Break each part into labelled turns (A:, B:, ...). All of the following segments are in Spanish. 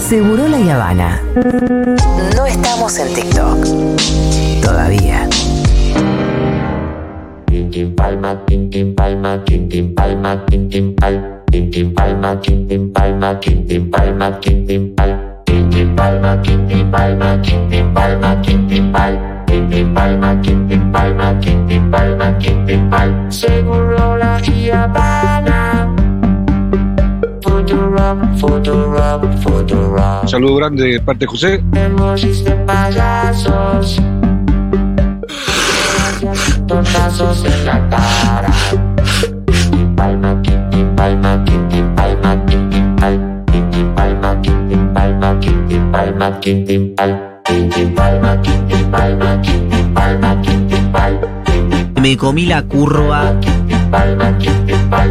A: Seguro la Habana. No estamos en TikTok. Todavía.
B: Tintin palma, tintin palma, tintin palma, tintin pal, tintin palma, tintin palma, tintin palma, tintin pal, tintin palma, tintin palma, tintin palma, tintin pal, tintin palma, tintin palma, tintin palma, tintin pal, seguro la Habana. Futurama, Futurama, Futurama.
C: Un saludo grande de parte de José.
B: Emojis de payasos. Tortazos en la cara. Tintin palma, tintin palma, tintin palma, tintin pal. Tintin palma, tintin palma, tintin palma, tintin pal. Tintin palma, tintin palma, tintin palma, tintin pal.
D: Me comí la curva.
B: Tintin palma, tintin pal.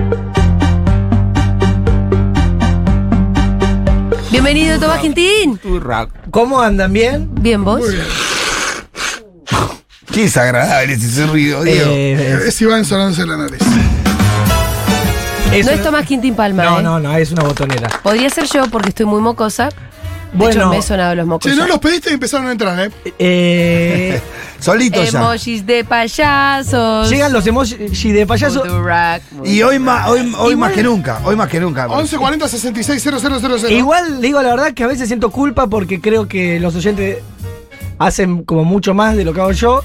E: Bienvenido, Tomás Quintín.
F: ¿Cómo andan? ¿Bien?
E: Bien, vos.
G: Qué desagradable es ese ruido, Diego. Pues
F: Eh,
H: Es Iván sonándose la nariz.
F: es-
E: No es Tomás Quintín Palma.
F: No,
E: ¿eh?
F: no, no, es una botonera.
E: Podría ser yo porque estoy muy mocosa. De hecho,
F: Bueno,
E: me he sonado los mocos.
H: Si no
E: ya.
H: los pediste y empezaron a entrar, ¿eh?
F: eh,
G: Solito ya.
E: Emojis de payasos.
F: llegan los emojis de payaso.
E: Futurak, muy
G: Y hoy, ma- hoy, hoy
E: Igual-
G: más que nunca, hoy más que nunca.
H: 1140 66 000.
F: Igual digo la verdad que a veces siento culpa porque creo que los oyentes hacen como mucho más de lo que hago yo.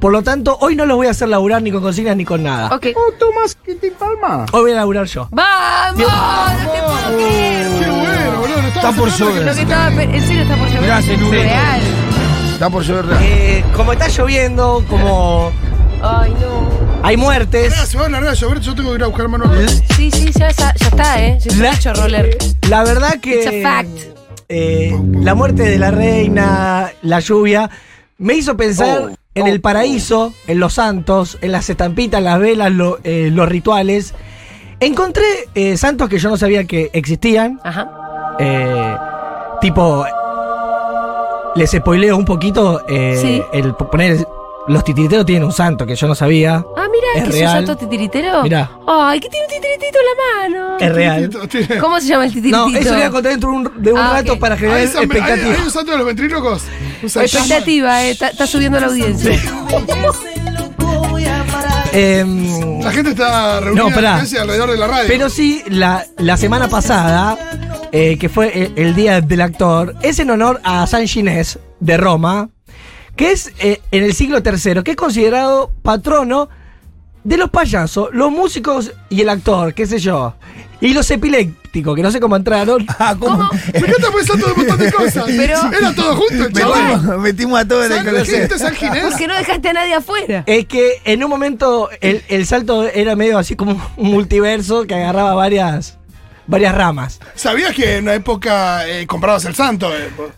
F: Por lo tanto, hoy no los voy a hacer laburar ni con consignas ni con nada.
E: Ok.
F: Hoy voy a laburar yo.
E: ¡Vamos! ¡No te puedo creer!
H: Qué bueno, boludo. no estaba
G: Está por
H: esperando
G: sobre.
E: Lo que estaba pe- En serio está por llover.
G: Gracias, Nube.
E: Real.
G: Está por llover.
F: Eh, como está lloviendo, como
E: Ay, no.
F: hay muertes,
H: que- Ah, se va a largar a llover, yo tengo que ir a buscar manual.
E: Sí, sí, ya, está- ya está, ¿eh? Ya
F: La-
E: está hecho roller.
F: la verdad
E: It's a
F: que
E: fact.
F: eh, la muerte de la reina, la lluvia, me hizo pensar en el paraíso, en los santos, en las estampitas, las velas, lo- eh, los rituales. Encontré eh, santos que yo no sabía que existían.
E: Ajá.
F: Eh, tipo, les spoileo un poquito. eh,
E: Sí.
F: el po- poner los titiriteros tienen un santo que yo no sabía.
E: Ah, mira,
F: Es
E: que soy
F: real.
E: santo titiritero.
F: Mirá.
E: Ay, que tiene un titiritito en la mano.
F: Es real.
H: Tiene-
E: ¿Cómo se llama el titiritito?
F: No, eso lo voy a contar dentro de un- de un
E: Ah,
F: rato
E: ok.
F: para generar
H: Hay, san- hay- hay
F: expectativa.
H: un santo de los ventrílocos. Un santo-
E: Expectativa, eh, está, está subiendo la audiencia.
F: Em,
H: La gente está reunida
F: No,
H: en
F: pará.
H: audiencia alrededor de la radio.
F: pero sí, la, la semana pasada, eh, que fue el, el día del actor, es en honor a San Ginés de Roma, que es eh, en el siglo III, que es considerado patrono de los payasos, los músicos y el actor, qué sé yo. Y los epilépticos, que no sé cómo entraron.
G: Ah, ¿cómo?
H: ¿Por qué estás pensando en un montón de cosas?
E: Pero-
H: Era todo junto, el chaval.
G: metimos, metimos a todos en el
H: Santo,
G: colegio.
H: dijiste San Ginés.
E: Porque no dejaste a nadie afuera.
F: Es que en un momento el, el salto era medio así como un multiverso que agarraba varias, varias ramas.
H: ¿Sabías que en una época eh, comprabas el santo? eh? Vos-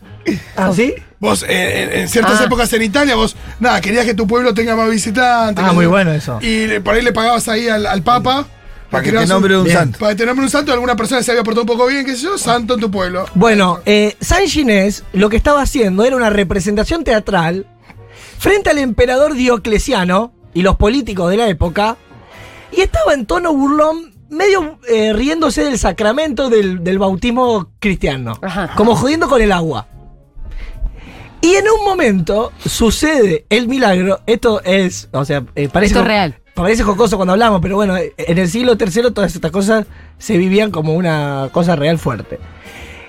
F: ¿Así?
H: Vos, eh, en, en ciertas
E: Ah.
H: épocas en Italia, vos, nada, querías que tu pueblo tenga más visitantes.
F: Ah,
H: que-
F: muy bueno eso.
H: Y le- por ahí le pagabas ahí al, al Papa.
G: Para que
H: creas
G: te nombre un
H: Bien.
G: santo.
H: Para que te nombre un santo, alguna persona que se había portado un poco bien, qué sé yo, santo en tu pueblo.
F: Bueno, eh, San Ginés lo que estaba haciendo era una representación teatral frente al emperador Diocleciano y los políticos de la época, y estaba en tono burlón, medio eh, riéndose del sacramento del, del bautismo cristiano,
E: Ajá.
F: como jodiendo con el agua. Y en un momento sucede el milagro, esto es, o sea, eh, parece...
E: Esto es
F: jo-
E: real.
F: Parece jocoso cuando hablamos, pero bueno, eh, en el siglo III todas estas cosas se vivían como una cosa real fuerte.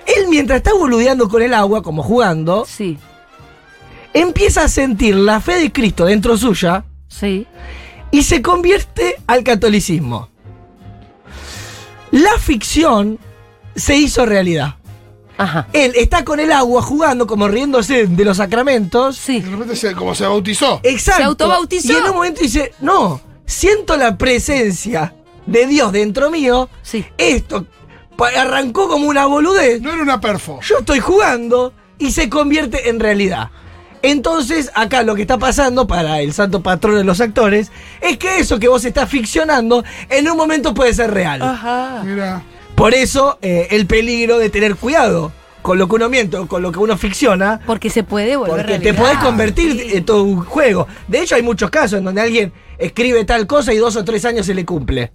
F: Él mientras está boludeando con el agua, como jugando,
E: Sí,
F: empieza a sentir la fe de Cristo dentro suya
E: sí.
F: y se convierte al catolicismo. La ficción se hizo realidad.
E: Ajá.
F: Él está con el agua jugando, como riéndose de los sacramentos.
E: Sí.
H: De repente, se, como se bautizó.
F: Exacto.
E: Se autobautizó.
F: Y en un momento dice, no, siento la presencia de Dios dentro mío.
E: Sí.
F: Esto pa- arrancó como una boludez.
H: No era una perfo.
F: Yo estoy jugando y se convierte en realidad. Entonces, acá lo que está pasando para el santo patrón de los actores es que eso que vos estás ficcionando en un momento puede ser real.
H: Mira.
F: Por eso, eh, el peligro de tener cuidado con lo que uno miente o con lo que uno ficciona,
E: Porque se puede volver
F: porque te
E: realidad.
F: podés convertir
E: Sí.
F: en todo un juego. De hecho, hay muchos casos en donde alguien escribe tal cosa y dos o tres años se le cumple.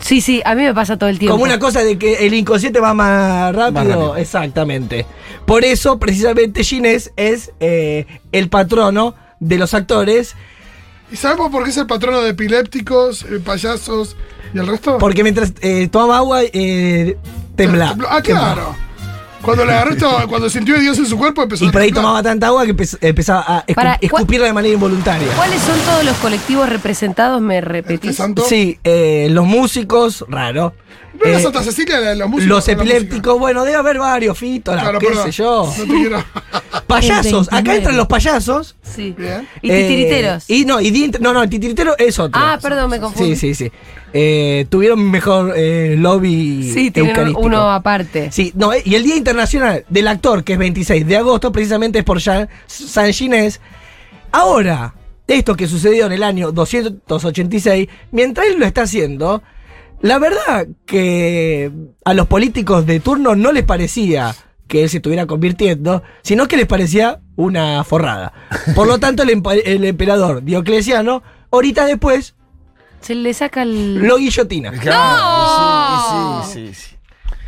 E: Sí, sí, a mí me pasa todo el tiempo.
F: Como una cosa de que el inconsciente va más rápido.
G: Más rápido.
F: Exactamente. Por eso, precisamente, Ginés es eh, el patrono de los actores.
H: ¿Y sabemos por qué es el patrono de epilépticos, eh, payasos y el resto?
F: Porque mientras eh, tomaba agua, eh, temblaba.
H: Ah, claro. Cuando le agarró esto- cuando sintió a Dios en su cuerpo empezó
F: Y
H: a
F: por ahí
H: temblar.
F: tomaba tanta agua que empe- empezaba a escu-
E: Para, ¿cuál-
F: escupirla de manera involuntaria.
E: ¿Cuáles son todos los colectivos representados? ¿Me repetís?
H: Este santo.
F: Sí, eh, los músicos, raro.
H: ¿No era
F: Eh,
H: Santa Cecilia la de los músicos?
F: los
H: de la música?
F: epilépticos, bueno, debe haber varios, Fito, la-
H: Claro,
F: qué
H: perdón.
F: sé yo.
H: No te quiero.
F: Payasos, acá
E: 29.
F: entran los payasos.
E: Sí.
H: Bien.
E: Y
F: Eh,
E: titiriteros.
F: y no, y dient- no, no, el titiritero es otro.
E: Ah, perdón, me confundí.
F: Sí, sí, sí. Eh, tuvieron mejor eh, lobby
E: Sí, tienen
F: eucarístico.
E: uno aparte.
F: Sí, no, eh, y el Día Internacional del Actor, que es 26 de agosto, precisamente es por Jean- San Ginés. Ahora, esto que sucedió en el año 286, mientras él lo está haciendo, la verdad que a los políticos de turno no les parecía que él se estuviera convirtiendo, sino que les parecía una forrada. Por lo tanto, el, empa- el emperador Diocleciano, horitas después,
E: Se le saca el.
F: lo guillotina.
G: Claro, ah, sí, sí, sí, sí.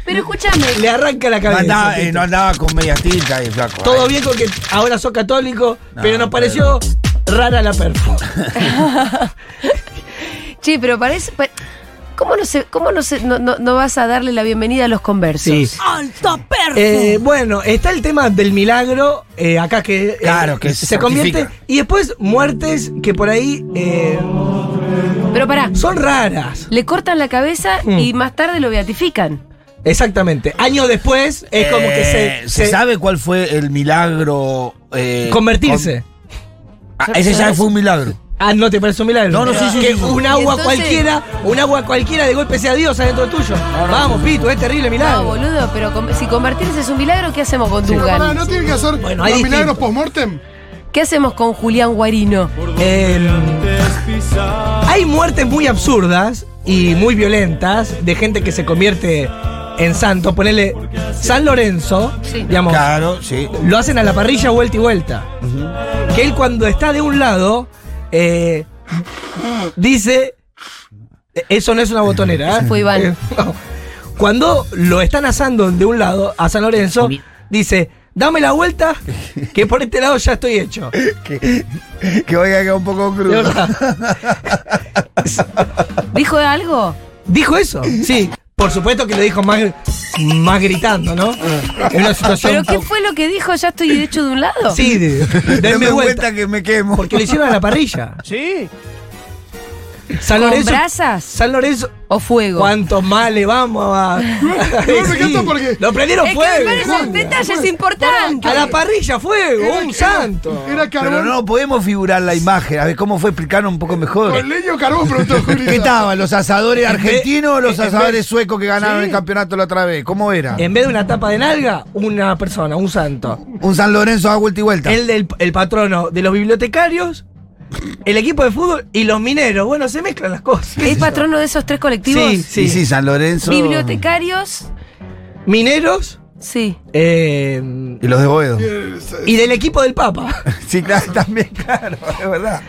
E: Pero escúchame.
F: Le arranca la
G: No
F: cabeza.
G: andaba, eh,
F: Tito.
G: no andaba con medias tintas y flaco.
F: Todo
G: Ay.
F: bien con que ahora sos católico,
G: No,
F: pero nos
G: pero-
F: pareció rara la perfo.
E: Che, pero parece. pa- ¿Cómo, no, se, cómo no, se, no, no- no vas a darle la bienvenida a los conversos?
F: Sí. Eh, bueno, está el tema del milagro, eh, acá que, eh,
G: Claro, que
F: se
G: se
F: convierte.
G: santifica.
F: Y después muertes que por ahí eh,
E: Pero pará,
F: son raras.
E: le cortan la cabeza
F: Mm.
E: y más tarde lo beatifican.
F: Exactamente. Años después es como que
G: Eh,
F: se,
G: ¿Se sabe cuál fue el milagro? eh,
F: convertirse.
G: con- Ah, ese ya fue un milagro.
F: Ah, no te parece un milagro.
G: No, no, sí, sí,
F: Que
G: sí, sí.
F: un
G: Y
F: agua
E: entonces-
F: cualquiera, un agua cualquiera de golpe sea Dios adentro tuyo. Vamos, Pito, es terrible
E: No,
F: milagro.
E: boludo, pero com- si convertirse es un milagro, ¿qué hacemos con
H: Pero pará,
E: Dugan?
H: ¿No tienen que hacer
F: Bueno, hay
H: los
F: distintos.
H: milagros post-mortem?
E: ¿Qué hacemos con Julián Guarino?
F: Eh, hay muertes muy absurdas y muy violentas de gente que se convierte en santo. Ponele San Lorenzo,
E: Sí.
F: digamos,
G: Claro, sí.
F: lo hacen a la parrilla vuelta y vuelta. Que él cuando está de un lado, eh, dice, "E-, eso no es una botonera. ¿eh?
E: Fue Iván.
F: Eh, no. Cuando lo están asando de un lado a San Lorenzo, dice, dame la vuelta, que por este lado ya estoy hecho.
G: Que hoy haga un poco
F: De
G: crudo.
F: verdad.
E: ¿Dijo algo?
F: ¿Dijo eso? Sí. Por supuesto que lo dijo más, más gritando, ¿no? En una situación.
E: Ah. ¿Pero qué fue lo que dijo? ¿Ya estoy hecho de un lado?
F: Sí, de, denme
G: Dame
F: vuelta.
G: que me quemo.
F: Porque lo hicieron a la parrilla. Sí. San
E: ¿Con
F: Lorenzo.
E: brasas?
F: San Lorenzo.
E: ¿O fuego?
F: ¿Cuántos males vamos a.? a decir?
H: encanta porque-
F: Lo prendieron
E: Es que me
F: fuego.
E: parece el detalle es importante.
F: A la parrilla fuego,
H: Era-
F: un
H: era-
F: santo.
H: Era
G: Pero
H: carbón.
G: no podemos figurar la imagen. A ver cómo fue explicar un poco mejor.
F: eh.
H: Con leño o carbón, preguntó Julita.
G: ¿Qué estaban? ¿Los asadores argentinos o los
F: en vez-
G: asadores suecos que ganaron
F: Sí.
G: el campeonato la otra vez? ¿Cómo era?
F: En vez de una tapa de nalga, una persona, un santo.
G: Un San Lorenzo a vuelta y vuelta.
F: El del el patrono de los bibliotecarios, el equipo de fútbol y los mineros. Bueno, se mezclan las cosas.
E: ¿Es patrono de esos tres colectivos?
F: Sí,
G: Sí, sí, San Lorenzo.
E: ¿Bibliotecarios?
F: Mineros
E: Sí.
F: eh,
G: Y los de Boedo.
F: y del equipo del Papa.
G: Sí, claro, también, claro, es verdad.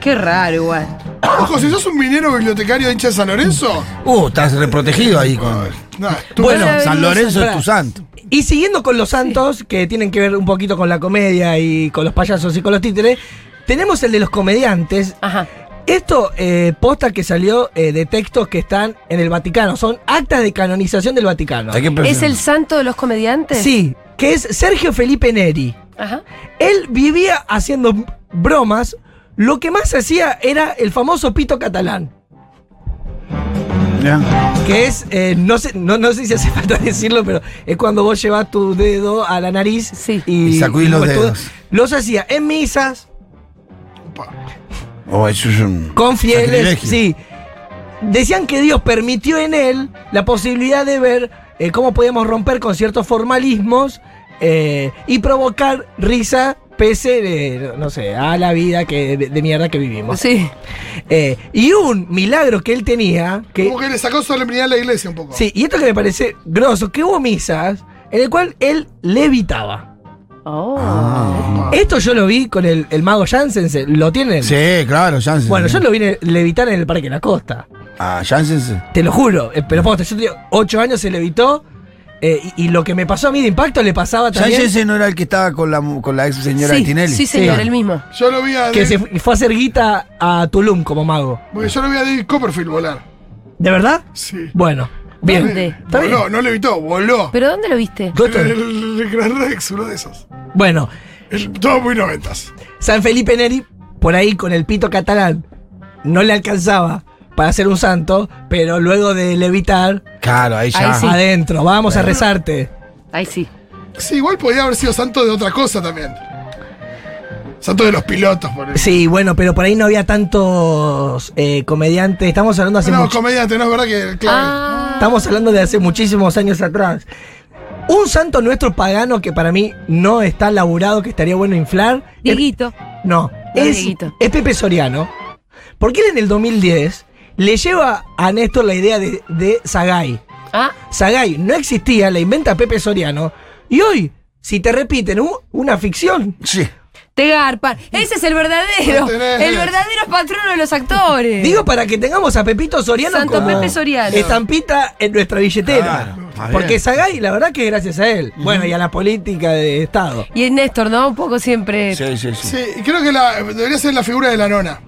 E: Qué raro igual.
H: Eh, Ojo, si sos un minero bibliotecario hincha de San Lorenzo.
G: Uh, estás reprotegido ahí con.
H: Nah, tú-
F: Bueno,
G: Bueno,
E: Ahora
G: San
E: venimos
G: Lorenzo es
F: atrás.
G: tu santo.
F: Y siguiendo con los santos, que tienen que ver un poquito con la comedia y con los payasos y con los títeres, tenemos el de los comediantes.
E: Ajá.
F: Esto, eh, posta que salió eh, de textos que están en el Vaticano, son actas de canonización del Vaticano.
G: Hay que
E: ¿Es el santo de los comediantes?
F: Sí, que es Sergio Felipe Neri.
E: Ajá.
F: Él vivía haciendo bromas, lo que más hacía era el famoso pito catalán.
G: Ya.
F: Que es, eh, no, sé, no, no sé si hace falta decirlo, pero es cuando vos llevas tu dedo a la nariz
E: Sí.
F: y,
G: Y sacudís los
F: pues,
G: dedos.
F: Los hacía en misas,
G: Oh, eso es un.
F: con fieles.
G: Sacrilegio.
F: Sí. Decían que Dios permitió en él la posibilidad de ver eh, cómo podíamos romper con ciertos formalismos eh, y provocar risa pese, de, no sé, a la vida que, de, de mierda que vivimos.
E: Sí.
F: Eh, y un milagro que él tenía, que
H: Como que le sacó solemnidad a la iglesia un poco.
F: Sí, y esto que me parece grosso, que hubo misas en el cual él levitaba.
E: Oh.
F: Esto yo lo vi con el, el mago Janssen, ¿se- ¿lo tienen?
G: Sí, claro, Jansen.
F: Bueno, yo lo vi ne- levitar en el Parque de la Costa.
G: Ah, Janssen.
F: Te lo juro, eh, pero posta, yo tenía 8 años, se levitó. eh, y, y lo que me pasó a mí de impacto le pasaba también.
G: Janssen no era el que estaba con la, con la ex señora
E: sí,
G: Tinelli.
E: sí, señor,
F: Sí.
E: el mismo.
H: Yo lo vi a
F: que se
H: David,
F: fu- fue a hacer guita a Tulum como mago.
H: porque yo lo vi a David Copperfield volar.
F: ¿De verdad?
H: Sí.
F: Bueno,
E: ¿Dónde?
F: bien. Está bien.
H: Voló, no levitó, voló.
E: ¿Pero dónde lo viste?
H: El,
F: Doctor,
H: el Gran Rex, uno de esos.
F: Bueno,
H: El- todo muy noventas.
F: San Felipe Neri, por ahí con el pito catalán, no le alcanzaba para ser un santo, pero luego de levitar,
G: Claro, ahí ya.
E: Ahí Sí.
F: adentro, vamos a rezarte.
E: Ahí sí.
H: Sí, igual podría haber sido santo de otra cosa también. Santo de los pilotos, por ejemplo.
F: Sí, bueno, pero por ahí no había tantos eh, comediantes. Estamos hablando hace
H: No,
F: mucho-
H: comediante, no es verdad que. Claro.
E: Ah,
F: Estamos hablando de hace muchísimos años atrás. Un santo nuestro pagano que para mí no está laburado, que estaría bueno inflar. es-
E: Dieguito. No,
F: No, es,
E: Dieguito.
F: es Pepe Soriano. Porque él en el 2010 le lleva a Néstor la idea de, de Sagay.
E: Ah,
F: Sagay no existía, la inventa Pepe Soriano. Y hoy, si te repiten uh, una ficción,
G: Sí.
E: te garpan. Ese es el verdadero.
H: No tenés.
E: El verdadero patrono de los actores.
F: digo para que tengamos a Pepito Soriano
E: Eh. Santo
F: como
E: Pepe Soriano.
F: estampita en nuestra billetera.
G: Claro, más
F: Porque
G: bien.
F: Sagay, la verdad que es gracias a él. Bueno, y a la política de Estado.
E: Y es Néstor, ¿no? Un poco siempre.
G: Sí, sí, sí.
H: Sí, y creo que la, debería ser la figura de la nona.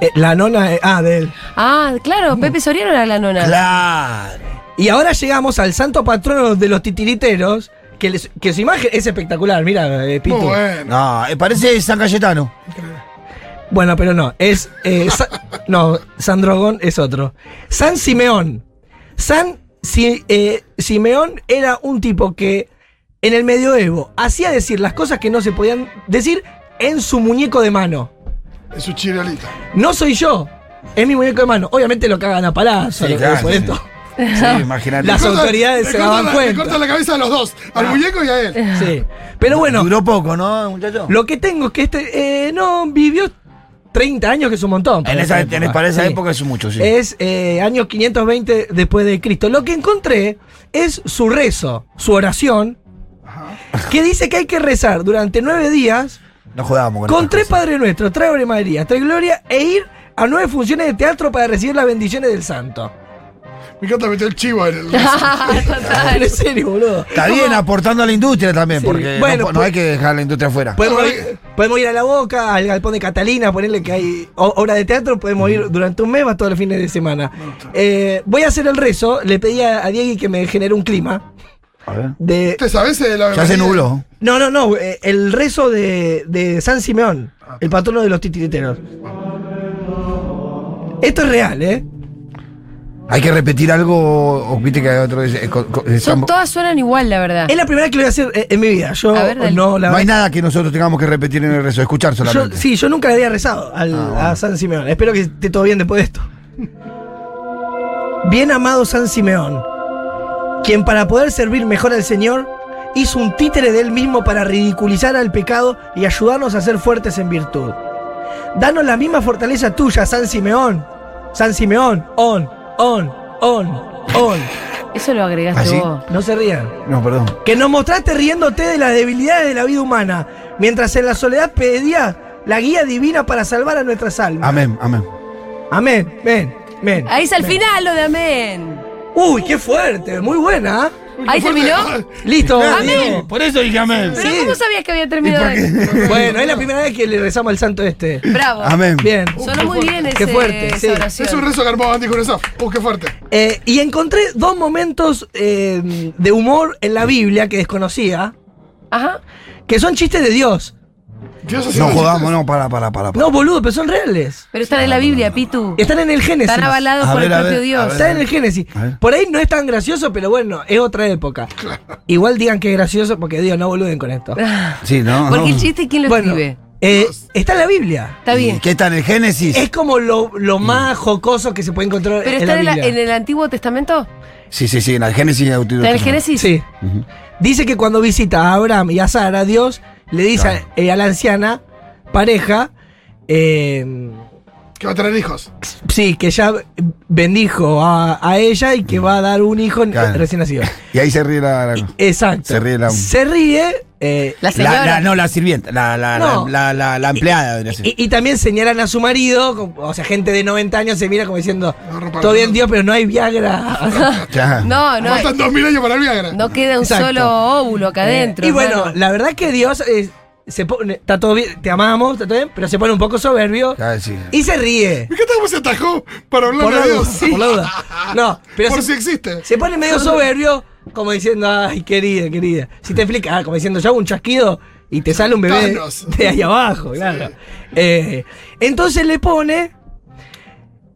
F: Eh, la nona, eh, ah, de él.
E: Ah, claro, Pepe Soriano era la nona.
G: Claro.
F: Y ahora llegamos al santo patrono de los titiriteros, que, les- que su imagen es espectacular, mira, eh,
H: Muy
F: Pitu.
H: bueno.
G: No, eh, parece San Cayetano.
F: Bueno, pero no, es. eh, Sa- no, San Dragón es otro. San Simeón. San Si- eh, Simeón era un tipo que en el medioevo hacía decir las cosas que no se podían decir en su muñeco de mano.
H: En su chirolita.
F: No soy yo, es mi muñeco de mano. Obviamente lo cagan a palazzo,
G: Sí,
F: lo-
G: claro,
F: por
G: sí.
F: esto.
G: Sí, imagínate.
F: Las
H: Le cortan-
F: autoridades
H: le
F: se
H: cortan
F: daban
H: la- Le
F: cuenta. Ah.
H: cortan la cabeza a los dos, al muñeco y a él.
F: Sí. Pero bueno,
G: Duró poco, ¿no, muchacho?
F: Lo que tengo es que este eh, no vivió 30 años, que es un montón.
G: En esa, en- para esa
F: Sí.
G: época es mucho, sí.
F: Es eh, año 520 después de Cristo. Lo que encontré es su rezo, su oración, que dice que hay que rezar durante nueve días
G: No jodábamos
F: con
G: estas
F: tres
G: cosas.
F: Padre Nuestro, tres Ave María, tres Gloria e ir a nueve funciones de teatro para recibir las bendiciones del santo.
H: Me encanta meter el chivo en el.
F: en serio, boludo.
G: Está bien, aportando a la industria también,
F: Sí.
G: porque
F: Bueno,
G: no, po- no
F: pues-
G: hay que dejar la industria afuera.
F: Podemos ir, podemos ir a la boca, al galpón de Catalina, ponerle que hay o- obra de teatro, podemos ir durante un mes más todos los fines de semana. Eh, voy a hacer el rezo, le pedí a, a Diego que me genere un clima
G: A ver.
F: de...
H: ¿Te sabes de la
G: Ya se nubló.
F: No, no, no, eh, el rezo de, de San Simeón, el patrono de los titiriteros. Esto es real, ¿eh?
G: Hay que repetir algo, o viste que hay otro. dice, eh, co- co- eh,
E: Son,
G: Sambo-
E: todas suenan igual, la verdad.
F: Es la primera vez que lo voy a hacer eh, en mi vida. Yo
E: Ah. A ver, dale.
F: no la
G: no hay nada que nosotros tengamos que repetir en el rezo, escuchar
F: yo,
G: solamente.
F: Sí, yo nunca le había rezado al- a San Simeón. Espero que esté todo bien después de esto. Bien amado San Simeón, quien para poder servir mejor al Señor hizo un títere de él mismo para ridiculizar al pecado y ayudarnos a ser fuertes en virtud. Danos la misma fortaleza tuya, San Simeón. San Simeón, on, on, on, on.
E: Eso lo agregaste
G: ¿Ah, sí?
E: vos.
F: No se rían
G: No, perdón.
F: que nos mostraste riéndote de las debilidades de la vida humana, mientras en la soledad pedías la guía divina para salvar a nuestras almas.
G: Amén, amén.
F: Amén, amén, amén.
E: Ahí es al final lo de amén.
F: Uy, qué fuerte, muy buena. ¿eh?
E: ¿Ahí terminó?
F: Listo.
E: Amén.
G: Por eso dije amén.
E: Pero
F: Sí.
E: ¿cómo sabías que había terminado? ahí?
F: Bueno, es la primera vez que le rezamos al santo este.
E: Bravo.
G: Amén.
F: Bien.
E: Sonó muy bien ese,
F: Qué fuerte,
E: esa
F: sí.
E: oración.
H: Es un rezo que armó Andy Kuznetsov. Uh, qué fuerte.
F: Eh, y encontré dos momentos eh, de humor en la Biblia que desconocía,
E: Ajá.
F: que son chistes de Dios.
H: Dios
G: No
H: haciendo chistes.
G: jodamos, no, para, para, para. para.
F: No, boludo, pero son reales.
E: Pero están en la Biblia, Pitu.
F: Están en el Génesis.
E: Están avalados
G: A
E: por
G: ver,
E: el
G: a
E: propio
G: ver, a
E: Dios.
G: ver.
F: Está en el Génesis.
G: A ver.
F: Por ahí no es tan gracioso, pero bueno, es otra época. Igual digan que es gracioso porque Dios, no boluden con esto.
G: Sí, no. no.
E: Porque el chiste, ¿quién lo
F: Bueno,
E: escribe?
F: eh, está en la Biblia.
E: Está bien.
G: ¿Y ¿Qué está en el Génesis?
F: Es como lo, lo
G: Mm.
F: más jocoso que se puede encontrar
E: ¿Pero
F: en
E: está
F: la
E: en, la-
F: Biblia.
E: en el Antiguo Testamento?
G: Sí, sí, sí, en el Génesis y en el
E: ¿Está en el
G: Deuteronomio.
E: Génesis?
F: Sí. Dice que cuando visita a Abraham y a Sara, Dios le dice a- eh, a, la anciana pareja eh,
H: que va a tener hijos.
F: Sí, que ya bendijo a, a ella y que va a dar un hijo
G: Mm. Claro.
F: recién nacido.
G: Y ahí se ríe la. la-
F: Exacto.
G: Se ríe la-
F: Se ríe, eh,
E: La
C: La-
E: señora.
C: la- no, la sirvienta, la, la,
F: No.
C: la, la, la- la empleada. debería ser.
F: y, y también señalan a su marido, como- o sea, gente de 90 años se mira como diciendo,
H: No, ropa
F: todo bien
H: grande".
F: Dios, pero no hay Viagra.
G: Ya.
E: No, no.
H: Faltan 2000 años para el Viagra.
E: No queda un
F: Exacto.
E: solo óvulo acá
C: Eh,
E: adentro.
F: y bueno,
E: hermano.
F: la verdad que Dios eh, se pone- está todo bien, te amamos, está todo bien, pero se pone un poco soberbio
G: Ya, sí.
F: y se ríe.
H: Me encanta cómo se atajó para hablar
F: Por
H: de
F: la duda,
H: Dios.
F: sí, por la duda. No, pero
H: Por
F: se-
H: si existe.
F: Se pone medio soberbio, como diciendo, ay, querida, querida. Si te explica, ah, como diciendo, yo hago un chasquido y te sale un bebé
H: Thanos.
F: de ahí abajo, claro. Eh, entonces le pone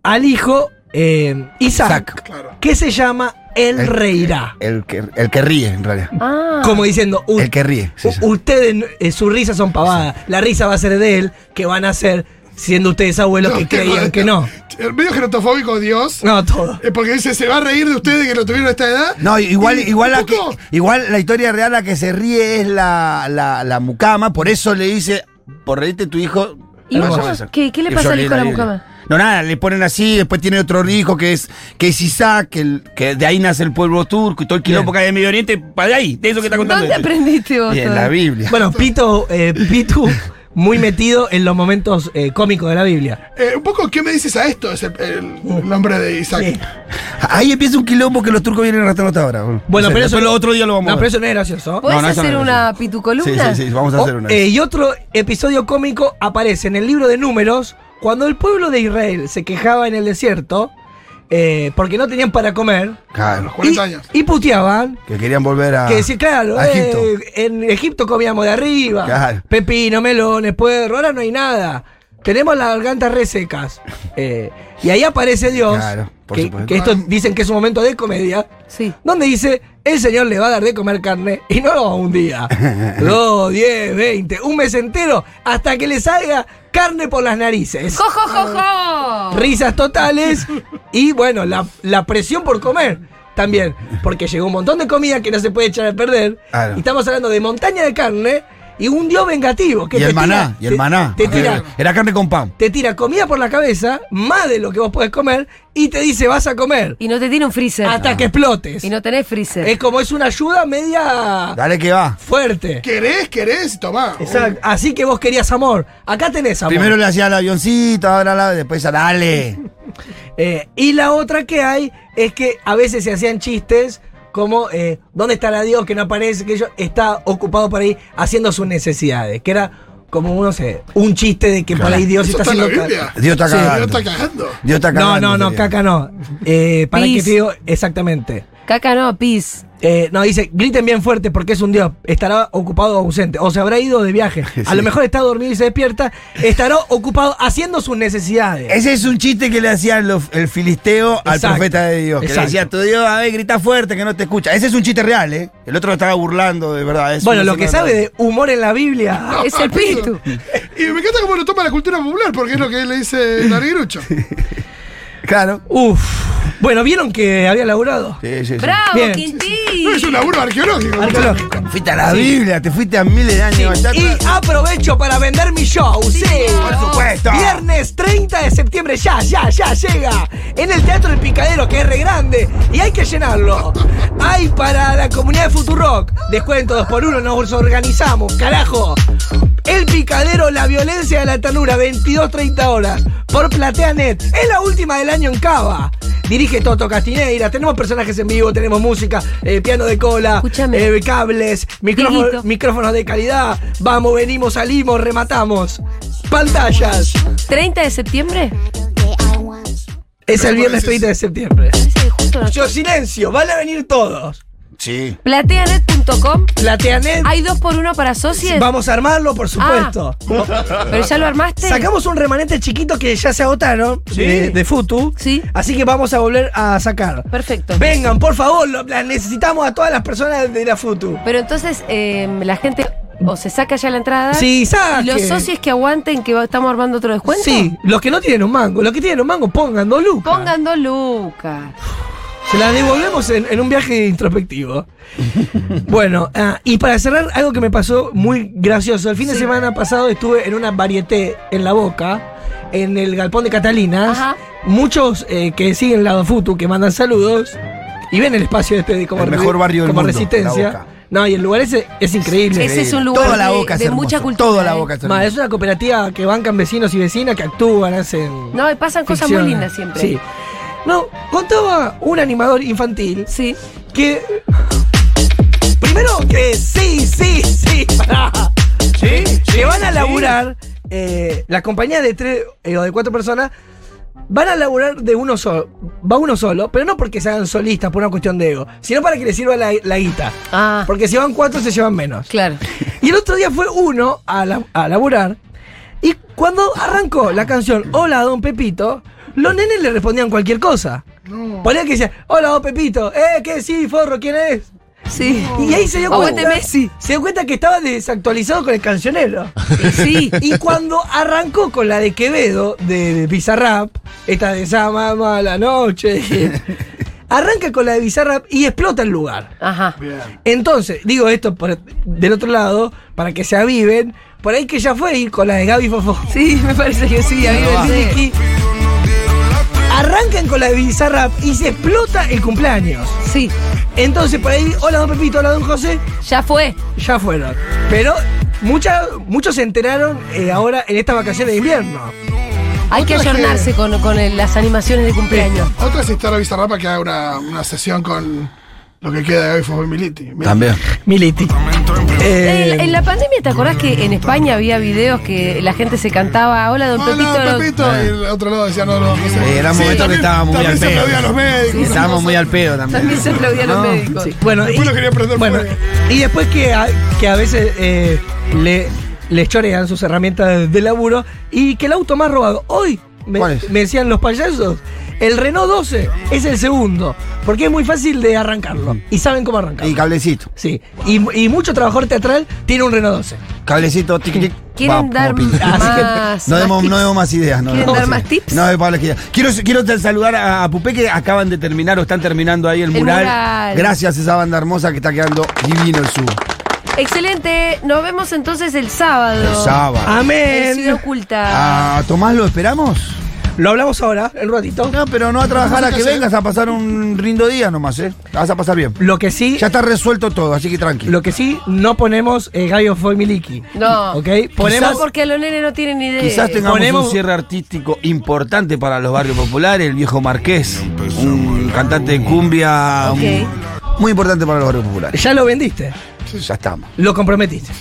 F: al hijo eh, Isaac,
H: Claro.
F: que se llama El,
G: El-
F: Reirá.
G: El que, el que ríe, en realidad.
E: Ah,
F: Como diciendo, "U-
G: El que ríe. sí,
F: u-
G: sí.
F: ustedes, eh, sus risas son pavadas. La risa va a ser de él, que van a ser siendo ustedes abuelos que
H: No, qué
F: creían
H: joder.
F: que no.
H: El medio gerontofóbico Dios.
F: No, todo.
H: Es porque dice, se va a reír de ustedes que lo tuvieron a esta edad.
C: No, igual,
H: Y,
C: igual, la
H: un poco,
C: que- igual la historia real la que se ríe es la, la, la mucama, por eso le dice, por reírte tu hijo.
E: ¿Y
C: no
E: cómo?
C: llamas a-
E: ¿Qué- qué le
C: Y
E: pasa
C: yo
E: al
C: leí
E: hijo a la
C: Biblia.
E: mucama?
C: No, nada, le ponen así, después tiene otro hijo que es, que es Isaac, que, el- que de ahí nace el pueblo turco y todo el quilombo que hay en Medio Oriente, para ahí, de eso que está contando.
E: ¿Dónde aprendiste vos?
C: Y en
E: todo?
C: la Biblia.
F: Bueno, Pito, eh, Pitu, muy metido en los momentos eh, cómicos de la Biblia.
H: eh, un poco, ¿qué me dices a esto? Es el, el nombre de Isaac.
F: Uh. Sí.
C: Ahí empieza un quilombo que los turcos vienen arrastrando hasta ahora.
F: Bueno, pero eso
C: el otro día lo vamos
F: No,
C: a ver.
F: pero eso no es gracioso.
E: ¿Podés
C: No, no, eso
E: hacer
C: no, eso
E: una
C: no.
E: pitucolumna?
C: Sí, sí, sí, vamos a hacer
F: O-
C: una.
F: eh, y otro episodio cómico aparece en el libro de números cuando el pueblo de Israel se quejaba en el desierto eh, porque no tenían para comer
G: Claro.
H: 40
F: y,
H: años.
F: y puteaban.
G: Que querían volver a.
F: Que decir, claro,
G: Ah, a
F: eh,
G: Egipto.
F: en Egipto comíamos de arriba,
G: Claro.
F: pepino, melones, puerro, ahora no hay nada. Tenemos las gargantas resecas. Eh, y ahí aparece Dios,
G: Claro, por
F: que,
G: supuesto. Ah.
F: que esto dicen que es un momento de comedia,
E: Sí.
F: donde dice, el Señor le va a dar de comer carne y no un día, dos, diez, veinte, un mes entero, hasta que le salga carne por las narices.
E: ¡Jo, jo, jo, jo!
F: Risas totales y bueno, la, la presión por comer también, porque llegó un montón de comida que no se puede echar a perder.
G: Claro.
F: Y estamos hablando de montaña de carne y un dios vengativo que
C: Y
F: te
C: el
F: tira-
C: maná, y el
F: te-
C: maná.
F: Te tira,
C: Era carne con pan.
F: te tira comida por la cabeza, más de lo que vos podés comer, y te dice vas a comer
E: Y no te tiene un freezer.
F: hasta que explotes.
E: Y no tenés freezer.
C: Eh.
F: Es como es una ayuda media
C: Dale que va.
F: fuerte.
H: ¿Querés? ¿Querés? Tomá.
F: Exacto. Así que vos querías amor. Acá tenés amor.
C: Primero le hacía el avioncito, ahora la, después a dale.
F: Eh, y la otra que hay es que a veces se hacían chistes como eh, ¿dónde está la Dios que no aparece? Que yo está ocupado por ahí haciendo sus necesidades. Que era como, no sé, un chiste de que por ahí Dios
H: Uh, ¿Eso
F: está
H: está en la
F: haciendo.
H: Biblia?
C: Dios está
H: Sí,
C: cagando.
H: Dios está cagando.
C: Dios está
F: caca. No, no, no, caca no. Eh, para que
E: Pis.
F: te digo exactamente.
E: Caca no, pis.
F: Eh, no, dice, griten bien fuerte porque es un dios. Estará ocupado o ausente. O se habrá ido de viaje. A lo mejor está dormido y se despierta. Estará ocupado haciendo sus necesidades.
C: Ese es un chiste que le hacía lo- el filisteo al
F: Exacto.
C: profeta de Dios. Que
F: Exacto.
C: le decía, tu Dios, a ver, grita fuerte que no te escucha. Ese es un chiste real, ¿eh? El otro lo estaba burlando, de verdad. es
F: bueno,
C: una
F: lo que
C: escena
F: sabe
C: real.
F: de humor en la Biblia.
E: Es el pitu.
H: Y me encanta cómo lo toma la cultura popular, porque es lo que le dice Larguirucho.
C: Claro.
F: Uf. Bueno, ¿vieron que había laburado?
C: Sí, sí, sí.
E: ¡Bravo,
F: Bien.
H: No es un
E: Quintín!
H: laburo arqueológico.
F: Arqueológico.
C: Fuiste a la Biblia, te fuiste a miles de años. allá
F: Y
C: atrás.
F: aprovecho para vender mi show, sí.
C: Por supuesto.
F: Viernes 30 de septiembre, ya, ya, ya llega. En el Teatro El Picadero, que es re grande, y hay que llenarlo. Hay para la comunidad de Futurock. Descuento 2x1, nos organizamos, carajo. El Picadero, la violencia de la ternura, 22.30 horas, por PlateaNet. Es la última del año en Cava. Dirige Toto Castineira, tenemos personajes en vivo, tenemos música, eh, piano de cola,
E: Escúchame.
F: eh, cables, micrófono-
E: Dieguito.
F: micrófonos de calidad. Vamos, venimos, salimos, rematamos. Pantallas.
E: 30 de septiembre.
F: Es el viernes 30 de septiembre.
E: Parece que justo no-
F: Yo silencio, van a venir todos.
C: Sí.
E: Plateanet.com.
F: Plateanet,
E: Hay dos por uno para socios.
F: vamos a armarlo,
E: Ah.
F: por supuesto. Oh,
E: Pero ya lo armaste.
F: Sacamos un remanente chiquito que ya se agotaron de, de Futu.
E: Sí.
F: Así que vamos a volver a sacar.
E: Perfecto.
F: Vengan, por favor, lo- las necesitamos a todas las personas de la Futu.
E: Pero entonces eh, la gente o se saca ya la entrada.
F: Sí,
E: Y
F: saquen.
E: los socios que aguanten que va- estamos armando otro descuento.
F: Sí, los que no tienen un mango, los que tienen un mango, pongan dos lucas.
E: Pongan dos lucas.
F: Se la devolvemos en, en un viaje introspectivo. bueno, ah, y para cerrar, algo que me pasó muy gracioso. El fin de semana pasado estuve en una varieté en La Boca, en el Galpón de Catalinas.
E: Ajá.
F: Muchos eh, que siguen Lado Futu, que mandan saludos, y ven el espacio este de como,
G: El
F: re-
G: mejor barrio del
F: como
G: mundo,
F: resistencia.
G: La Boca.
F: No, y el lugar ese es increíble.
E: Ese es un lugar
G: Toda la
E: de-
G: boca es
E: de
G: hermoso,
E: mucha cultura,
G: Toda la
E: ¿eh?
G: boca es
F: Ma,
G: hermosa.
F: es una cooperativa que bancan vecinos y vecinas que actúan, hacen.
E: No, y pasan cosas
F: ficción.
E: muy lindas siempre.
F: Sí. No, contaba un animador infantil
E: Sí.
F: que. Primero que sí, sí, sí. pará. que van a laburar. eh, las compañías de tres eh, o de cuatro personas van a laburar de uno solo. Va uno solo, pero no porque se hagan solistas por una cuestión de ego, sino para que les sirva la, la guita.
E: Ah,
F: Porque si van cuatro se llevan menos.
E: claro.
F: Y el otro día fue uno a, la- a laburar. Y cuando arrancó la canción Hola, don Pepito, los nenes le respondían cualquier cosa. Ponía que decía, hola, don Pepito, eh, que sí, forro, ¿quién es?
E: Sí.
F: Y ahí se dio
E: Aguante
F: cuenta.
E: Messi.
F: Se dio cuenta que estaba desactualizado con el cancionero.
E: Sí.
F: Y cuando arrancó con la de Quevedo, de, de Bizarrap, esta de esa mamá la noche, arranca con la de Bizarrap y explota el lugar.
E: Ajá.
H: Bien.
F: Entonces, digo esto por- del otro lado, para que se aviven, por ahí que ya fue ir con la de Gaby Fofo.
E: Sí, me parece que sí, a mí me sí.
F: Y- Arrancan con la de Bizarrap y se explota el cumpleaños.
E: Sí,
F: Entonces, por ahí, hola don Pepito, hola don José,
E: ya fue.
F: ya fueron. Pero mucha- muchos se enteraron eh, ahora en estas vacaciones de invierno.
E: Hay que ayornarse con, con el- las animaciones de cumpleaños.
H: Otra es instar a Bizarrapa que haga una, una sesión con lo que queda de Gaby Fofo y Militi.
C: También.
F: Militi. Eh,
E: En, en la pandemia, ¿te acordás que en España había videos que la gente se cantaba Hola, don Pepito? Ah.
H: Hola,
E: don-"
H: Ah, Pepito. Y el otro lado decía, no, no, no sé.
C: Eh. era un
H: Sí,
C: momento que
H: también-
C: estábamos muy al
H: también se
C: pedo.
H: aplaudían los médicos.
C: Estábamos muy al pedo también.
E: También se aplaudían los médicos.
F: Sí, Bueno,
H: Después
F: y,
H: lo quería prender
F: bueno,
H: fuego.
F: y después que a, que a veces eh, le, les chorean sus herramientas de laburo y que el auto más robado hoy, me,
G: ¿Cuál es?
F: me decían los payasos, el Renault 12 es el segundo, porque es muy fácil de arrancarlo y saben cómo arrancarlo.
G: Y cablecito.
F: Sí, y, y mucho trabajador teatral tiene un Renault 12.
G: Cablecito, tic, tic. va,
E: ¿Quieren
G: como
E: dar
G: pinta.
E: más?
G: No
E: más
G: demos,
E: tips?
G: no demos más ideas. No
E: ¿Quieren
G: demos
E: dar
G: ideas.
E: más tips?
G: No, de Pablo Esquina.
C: Quiero, quiero te- saludar a, a Pupé que acaban de terminar o están terminando ahí el mural.
E: mural.
G: Gracias a esa banda hermosa que está quedando divino el sur.
E: Excelente, nos vemos entonces el sábado.
G: El sábado. Ah.
E: En Ciudad
F: Amén.
E: Oculta.
G: ¿A Tomás lo esperamos?
F: Lo hablamos ahora, en un ratito.
G: No, pero no a trabajar a que vengas a pasar un rindo día nomás, ¿eh? La Vas a pasar bien.
F: Lo que sí,
G: Ya está resuelto todo, así que tranqui.
F: lo que sí no ponemos eh, Gallo Foy Miliki.
E: No.
F: ¿Ok?
E: Ponemos
F: Ponemos...
E: porque los nenes no tienen idea.
C: Quizás tengamos
F: Ponemos-
C: un cierre artístico importante para los barrios populares, el viejo Marqués, un cantante de cumbia un-
E: Ok.
G: Muy importante para los barrios populares.
F: Ya lo vendiste,
G: Ya estamos.
F: lo comprometiste.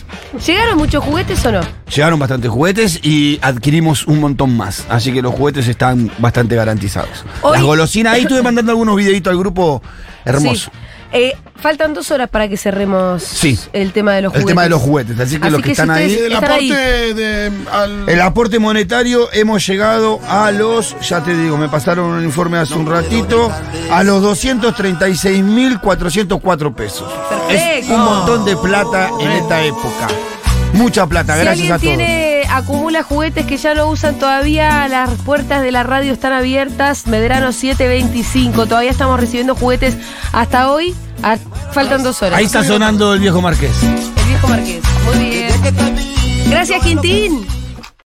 E: ¿Llegaron muchos juguetes o no?
C: Llegaron bastantes juguetes y adquirimos un montón más. Así que los juguetes están bastante garantizados.
E: Hoy-
C: Las golosinas, ahí estuve mandando algunos videitos al grupo. Hermoso.
E: Sí. Eh, faltan dos horas para que cerremos
C: Sí.
E: el tema de los
G: El
E: juguetes.
G: tema de los juguetes, así que
E: Así
G: los que,
E: que si
G: están
E: ustedes-
G: ahí.
H: Y del
E: Están ahí.
H: aporte de, al,
G: El aporte monetario hemos llegado a los, ya te digo, me pasaron un informe hace un ratito, a los 236.404 pesos. Es
E: Perfecto.
G: un montón de plata en esta época. Mucha plata,
E: Si
G: gracias
E: alguien
G: a todos.
E: tiene, acumula juguetes que ya no usan todavía, las puertas de la radio están abiertas. Medrano 725. Todavía estamos recibiendo juguetes hasta hoy. a- faltan dos horas.
C: Ahí está sonando el viejo Marqués.
E: El viejo Marqués. Muy bien. Gracias, Quintín.